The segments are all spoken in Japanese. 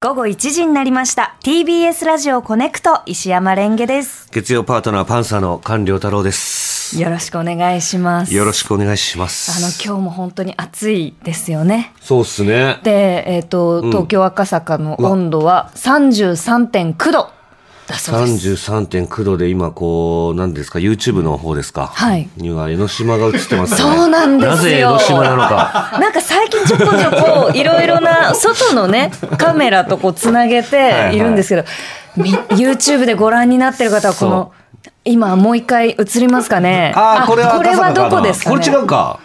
午後1時になりました TBS ラジオコネクト石山レンゲです月曜パートナーパンサーの菅良太郎です。よろしくお願いしますよろしくお願いしまあのす。今日も本当に暑いですよねそうですね。でえっ、と、ん東京赤坂の温度は33.9度だそうです三十三点九度で今こう何ですか YouTube の方ですか。はいには江ノ島が映ってますね。そうなんですよなぜ江ノ島なの か。なんか最近ちょこちょこいろいろな外のねカメラとこうつなげているんですけどみ YouTube でご覧になってる方はこの今もう一回映りますかねあーこれはこれ赤は坂かどなこですか、ね、これ違うか。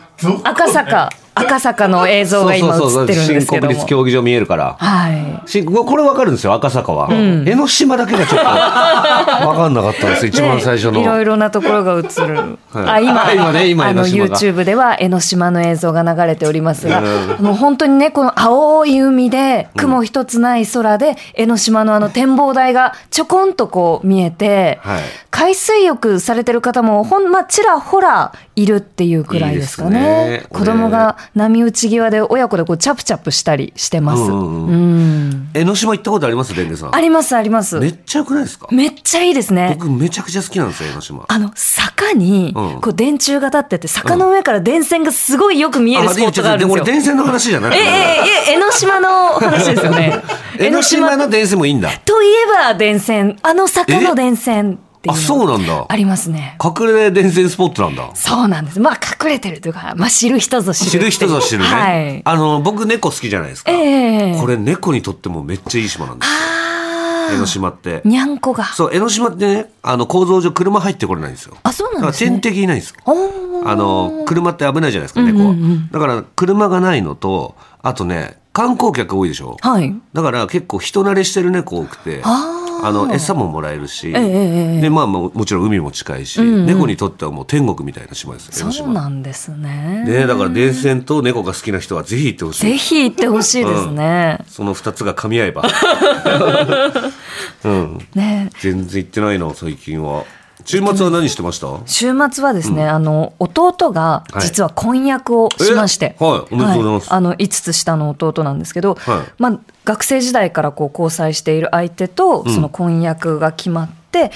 赤坂赤坂の映像が今映ってるんです新けど国も立競技場見えるから。はいしこれわかるんですよ赤坂は、江ノ島だけがちょ っとわかんなかったんですよ一番最初の、ねいろいろなところが映る、 はあい今今ね今あの江ノ島が YouTube では江ノ島の映像が流れておりますが、もう本当にねこの青い海で雲一つない空で、江ノ島のあの展望台がちょこんとこう見えて、はい海水浴されてる方もほんまちらほらいるっていうくらいですかねいいですね子供が波打ち際で親子でこうチャプチャプしたりしてます、うんうんううん江ノ島行ったことありますレンゲさんありますありますめっちゃ良くないですかめっちゃいいですね僕めちゃくちゃ好きなんですよ江ノ島あの坂にうんこう電柱が立ってて坂の上から電線がすごいよく見えるスポットがあるんですよあ。でも俺電線の話じゃない。。えええええ江ノ島の話ですよね 江ノ島江の電線もいいんだ。といえば電線あの坂の電線っていうあ、そうのなんだあ。りますね。隠れ電線スポットなんだ。そうなんです。まあ隠れてるというかまあ知る人ぞ知るって知いう。る人ぞ知るね。はい。あの、僕猫好きじゃないですか。ええこれ猫にとってもめっちゃいい島なんです。あ江ノあ島って。にゃんこがそう、江ノ島ってね、あの、構造上車入ってこれないんですよ。あそうだなかんらですね天。敵いないんですよ。おーあの、車って危ないじゃないですか、猫は。だから、車がないのと、あとね、観光客多いでしょ。はい。だから結構人慣れしてる猫多くて、あーあの餌ももらえるし、ええでまあもうもちろん海も近いし、猫にとってはもう天国みたいな島ですよ。江ノそう島なんですね。ねだから電線と猫が好きな人はぜひ行ってほしぜい。ひ行ってほしいですね。その二つが噛み合え ば。うん、ね全然行ってないな最近は。週末は何してました？ 週末はですね、あの弟がはい実は婚約をしまして、えはいおめでとうございますあの5つ下の弟なんですけど、はいまあ、学生時代からこう交際している相手とんその婚約が決まって。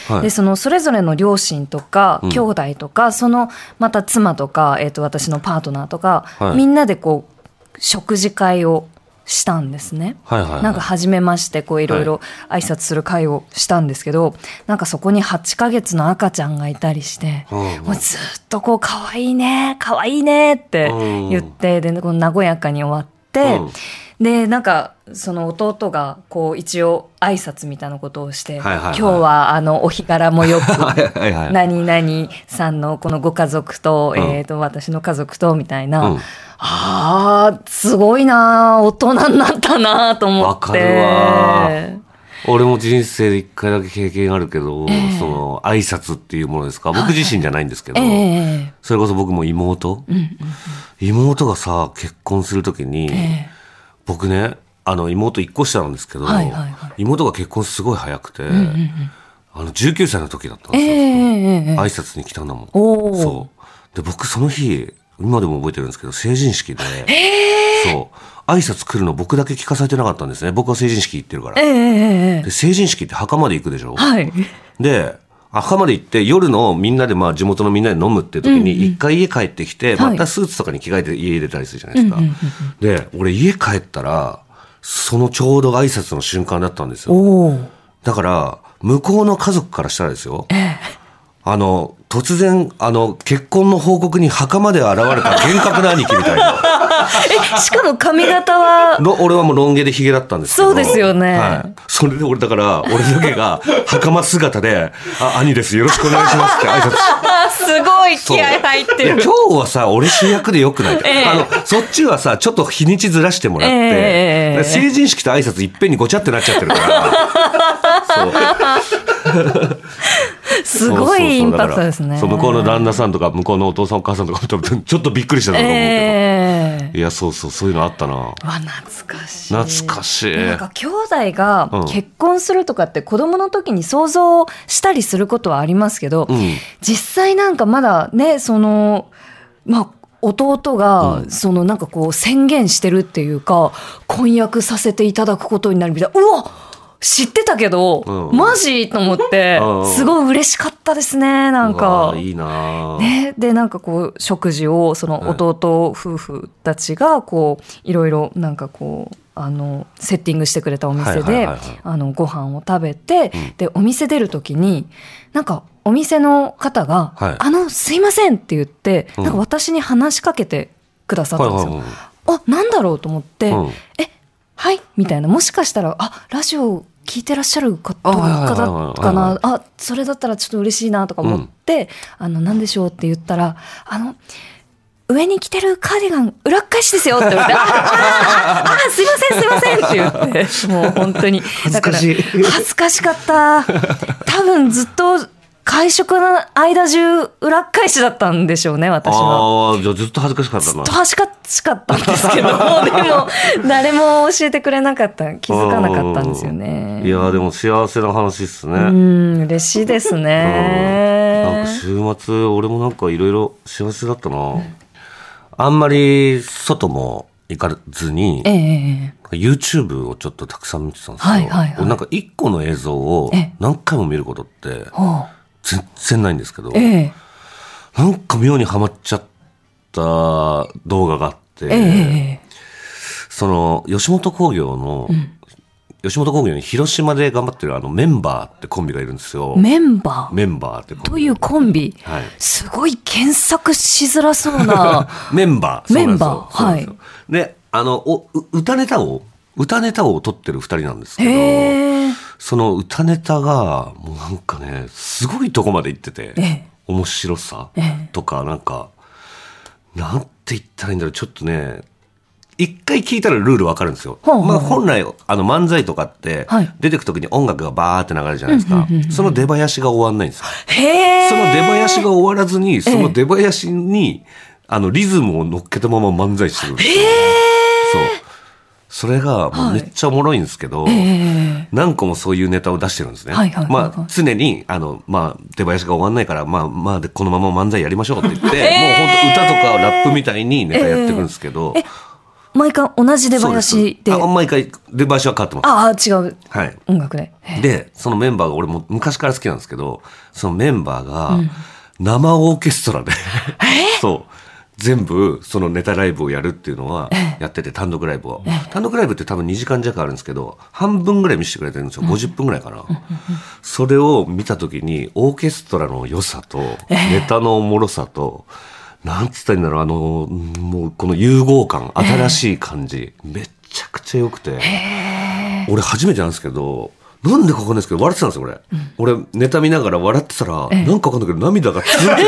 はいでそのそれぞれの両親とか兄弟とか、そのまた妻とか、えー、と私のパートナーとか、はいみんなでこう食事会をしたんですね。はいはいはいなんか初めましてこういろいろ挨拶する会をしたんですけど、なんかそこに8ヶ月の赤ちゃんがいたりして、うんもうずっとこう可愛いね可愛いねって言って、でこの和やかに終わって、でなんかその弟がこう一応挨拶みたいなことをして、はいはいはい今日はあのお日柄もよくうん、はいはいはい。何々さんのこのご家族と、うんえっ、と、私の家族と、みたいな。うんああ、すごいなー大人になったなーと思って。わかるわー俺も人生で一回だけ経験あるけど、ええその挨拶っていうものですか僕自身じゃないんですけえど、えそれこそ僕も妹、妹がさ結婚するときに、ええ僕ねあの妹一個下なんですけど、はいはいはい妹が結婚すごい早くて、あの19歳の時だったんえですよ、えええ挨拶に来たんだもんおーそうで僕その日今でも覚えてるんですけど成人式で、そう挨拶来るの僕だけ聞かされてなかったんですね僕は成人式行ってるから、ええええで成人式って墓まで行くでしょ、はい。で、墓まで行って、夜のみんなで、まあ、地元のみんなで飲むっていう時に、一回家帰ってきて、はいまたスーツとかに着替えて家出たりするじゃないですか。で、俺家帰ったら、そのちょうど挨拶の瞬間だったんですよ。おーだから、向こうの家族からしたらですよ。あの、突然、あの、結婚の報告に墓まで現れた厳格な兄貴みたいな。え、しかも髪型 は、の俺はもうロン毛でヒゲだったんですけどそうですよねはい、それで俺だから俺だけが袴姿で「あ兄ですよろしくお願いします」って挨拶しあすごい気合入ってていやる。今日はさ俺主役でよくない、ええあのそっちはさちょっと日にちずらしてもらって、ええだから成人式と挨拶いっぺんにごちゃってなっちゃってるから。 すそうそうそうごそういインパだクかトらですね。そう向こうの旦那さんとか向こうのお父さんお母さんとか多分ちょっとびっくりしたんだと思うけど、ええいやそうそうそういうのあったなわ懐かしい懐かしいなんか兄弟がうん結婚するとかって子供の時に想像したりすることはありますけど、うん実際なんかまだねそのまあ弟が、そのなんかこう宣言してるっていうか、婚約させていただくことになるみたいな。うわ知ってたけど、うんマジと思ってうんうん、すごい嬉しかったですね、なんうかわ。いいな、ね、でなんかこう食事をその弟夫婦たちがこういろいろなんかこうあのセッティングしてくれたお店はいはいではいはいあのご飯を食べて、でお店出る時になんかお店の方が「はいあのすいません」って言って、うんなんか私に話しかけてくださったんですよ。はいはいあなんだろうと思って「うんえはい」みたいなもしかしたら「あラジオ聞いてらっしゃる方あはいはいはい方はいかなあそれだったらちょっと嬉しいな」とか思って「あの何でしょう?」って言ったら「あの上に着てるカーディガン裏返しですよ」って言われ て「ああああすいませんすいません」って言ってもう本当にだから恥ずかしい恥ずかしかった多分ずっと会食の間中裏返しだったんでしょうね私は。ああじゃあずっと恥ずかしかったずっなと恥ずかしかったんです けど、でも、誰も教えてくれなかった、気づかなかったんですよね。いやーでも幸せな話っすね、うん、嬉しいですなんかね。週末俺もなんかいろいろ幸せだったな、あんまり外も行かずにええ YouTube をちょっとたくさん見てたんですけど、はいはいはい俺なんか一個の映像をええ何回も見ることってほう全然ないんですけど、ええなんか妙にハマっちゃった動画があって、ええその吉本興業の、吉本興業に広島で頑張ってるあのメンバーってコンビがいるんですよ。メンバーメンバーってコンビ。というコンビ、はいすごい検索しづらそう な、メンバー。メンバーそうなんですよは。そうなんですよで、あの、おう歌ネタを、歌ネタを撮ってる二人なんですけど、へえその歌ネタが、もうなんかね、すごいとこまで行ってて、ええ面白さええとか、なんか、なんて言ったらいいんだろう、ちょっとね、一回聞いたらルールわかるんですよ。ほうほうまあ本来、あの漫才とかってはい、出てくときに音楽がバーって流れるじゃないですか。その出囃子が終わんないんですよ。へえその出囃子が終わらずに、その出囃子に、あの、リズムを乗っけたまま漫才してるんですよ。そう。それが、もうめっちゃおもろいんですけど、え何個もそういうネタを出してるんですね。はいはいはいはいまあ、常に、あの、まあ、出囃子が終わんないから、まあ、まあ、でこのまま漫才やりましょうって言 って、もう本当歌とかラップみたいにネタやってくるんですけど、え毎回同じ出そう囃です子で。あ、毎回、出囃子は変わってます。ああ、違うはい。音楽で。へえで、そのメンバーが、俺も昔から好きなんですけど、そのメンバーが、生オーケストラで、そう、全部、そのネタライブをやるっていうのは、やってて、単独ライブを。単独ライブって多分2時間弱あるんですけど、半分ぐらい見せてくれてるんですよ。50分ぐらいかな。それを見たときに、オーケストラの良さと、ネタのおもろさと、なんつったらいいんだろう、あの、もうこの融合感、新しい感じ、めっちゃくちゃ良くて。俺初めてなんですけど、なんでかわかんないですけど、笑ってたんですよ、俺。俺、ネタ見ながら笑ってたら、なんかわかんないけど、涙が続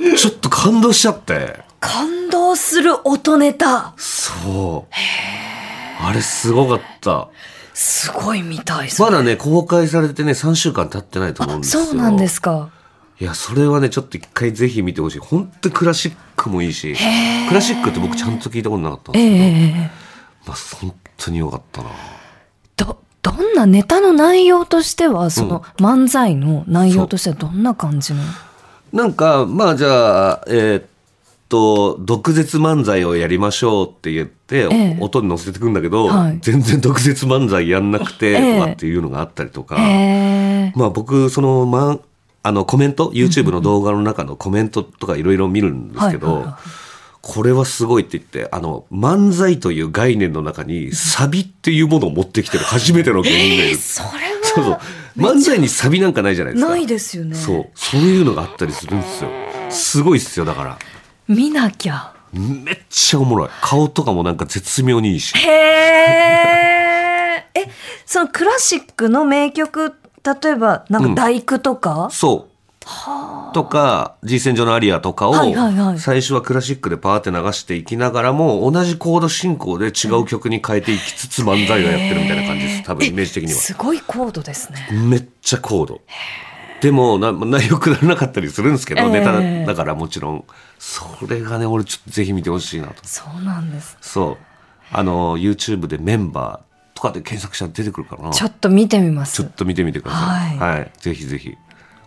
いて、ちょっと感動しちゃって。感動する音ネタ。そう。あれ、すごかった。すごいみたいそれまだね、公開されてね、3週間経ってないと思うんですよ。そうなんですか。いや、それはね、ちょっと一回ぜひ見てほしい。本当にクラシックもいいし、クラシックって僕ちゃんと聞いたことなかったんでえすえけど、ええまあ、本当に良かったな。ど、どんなネタの内容としては、その漫才の内容としてはどんな感じの。なんか、まあじゃあ、えーっと、毒舌漫才をやりましょうって言って、ええ音に乗せてくんだけど、はい全然毒舌漫才やんなくて、ええとかっていうのがあったりとか、へえまあ僕、その、まん、あの、コメント、YouTube の動画の中のコメントとかいろいろ見るんですけはいはいどは、これはすごいって言って、あの、漫才という概念の中に、サビっていうものを持ってきてる初めての芸人がいる。それそうそうは。漫才にサビなんかないじゃないですか。ないですよね。そう。そういうのがあったりするんですよ。すごいっすよ、だから。見なきゃ。めっちゃおもろい。顔とかもなんか絶妙にいいし。へえ。 え、そのクラシックの名曲、例えば、なんか大工とか、そう。とか、G 戦場のアリアとかをはいはいは、い最初はクラシックでパーって流していきながらも、同じコード進行で違う曲に変えていきつつ漫才をやってるみたいな感じです。多分イメージ的には。すごい高度ですね。めっちゃ高度。でもな、内容くならなかったりするんですけど、ええネタだからもちろん。それがね、俺ちょっとぜひ見てほしいなと。そうなんです。そう。あの、YouTube でメンバーとかで検索したら出てくるからな。ちょっと見てみまちょすっ。と見てみてください。は。はいぜひぜひ、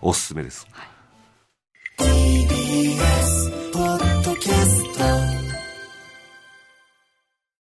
おすすめです。 TBS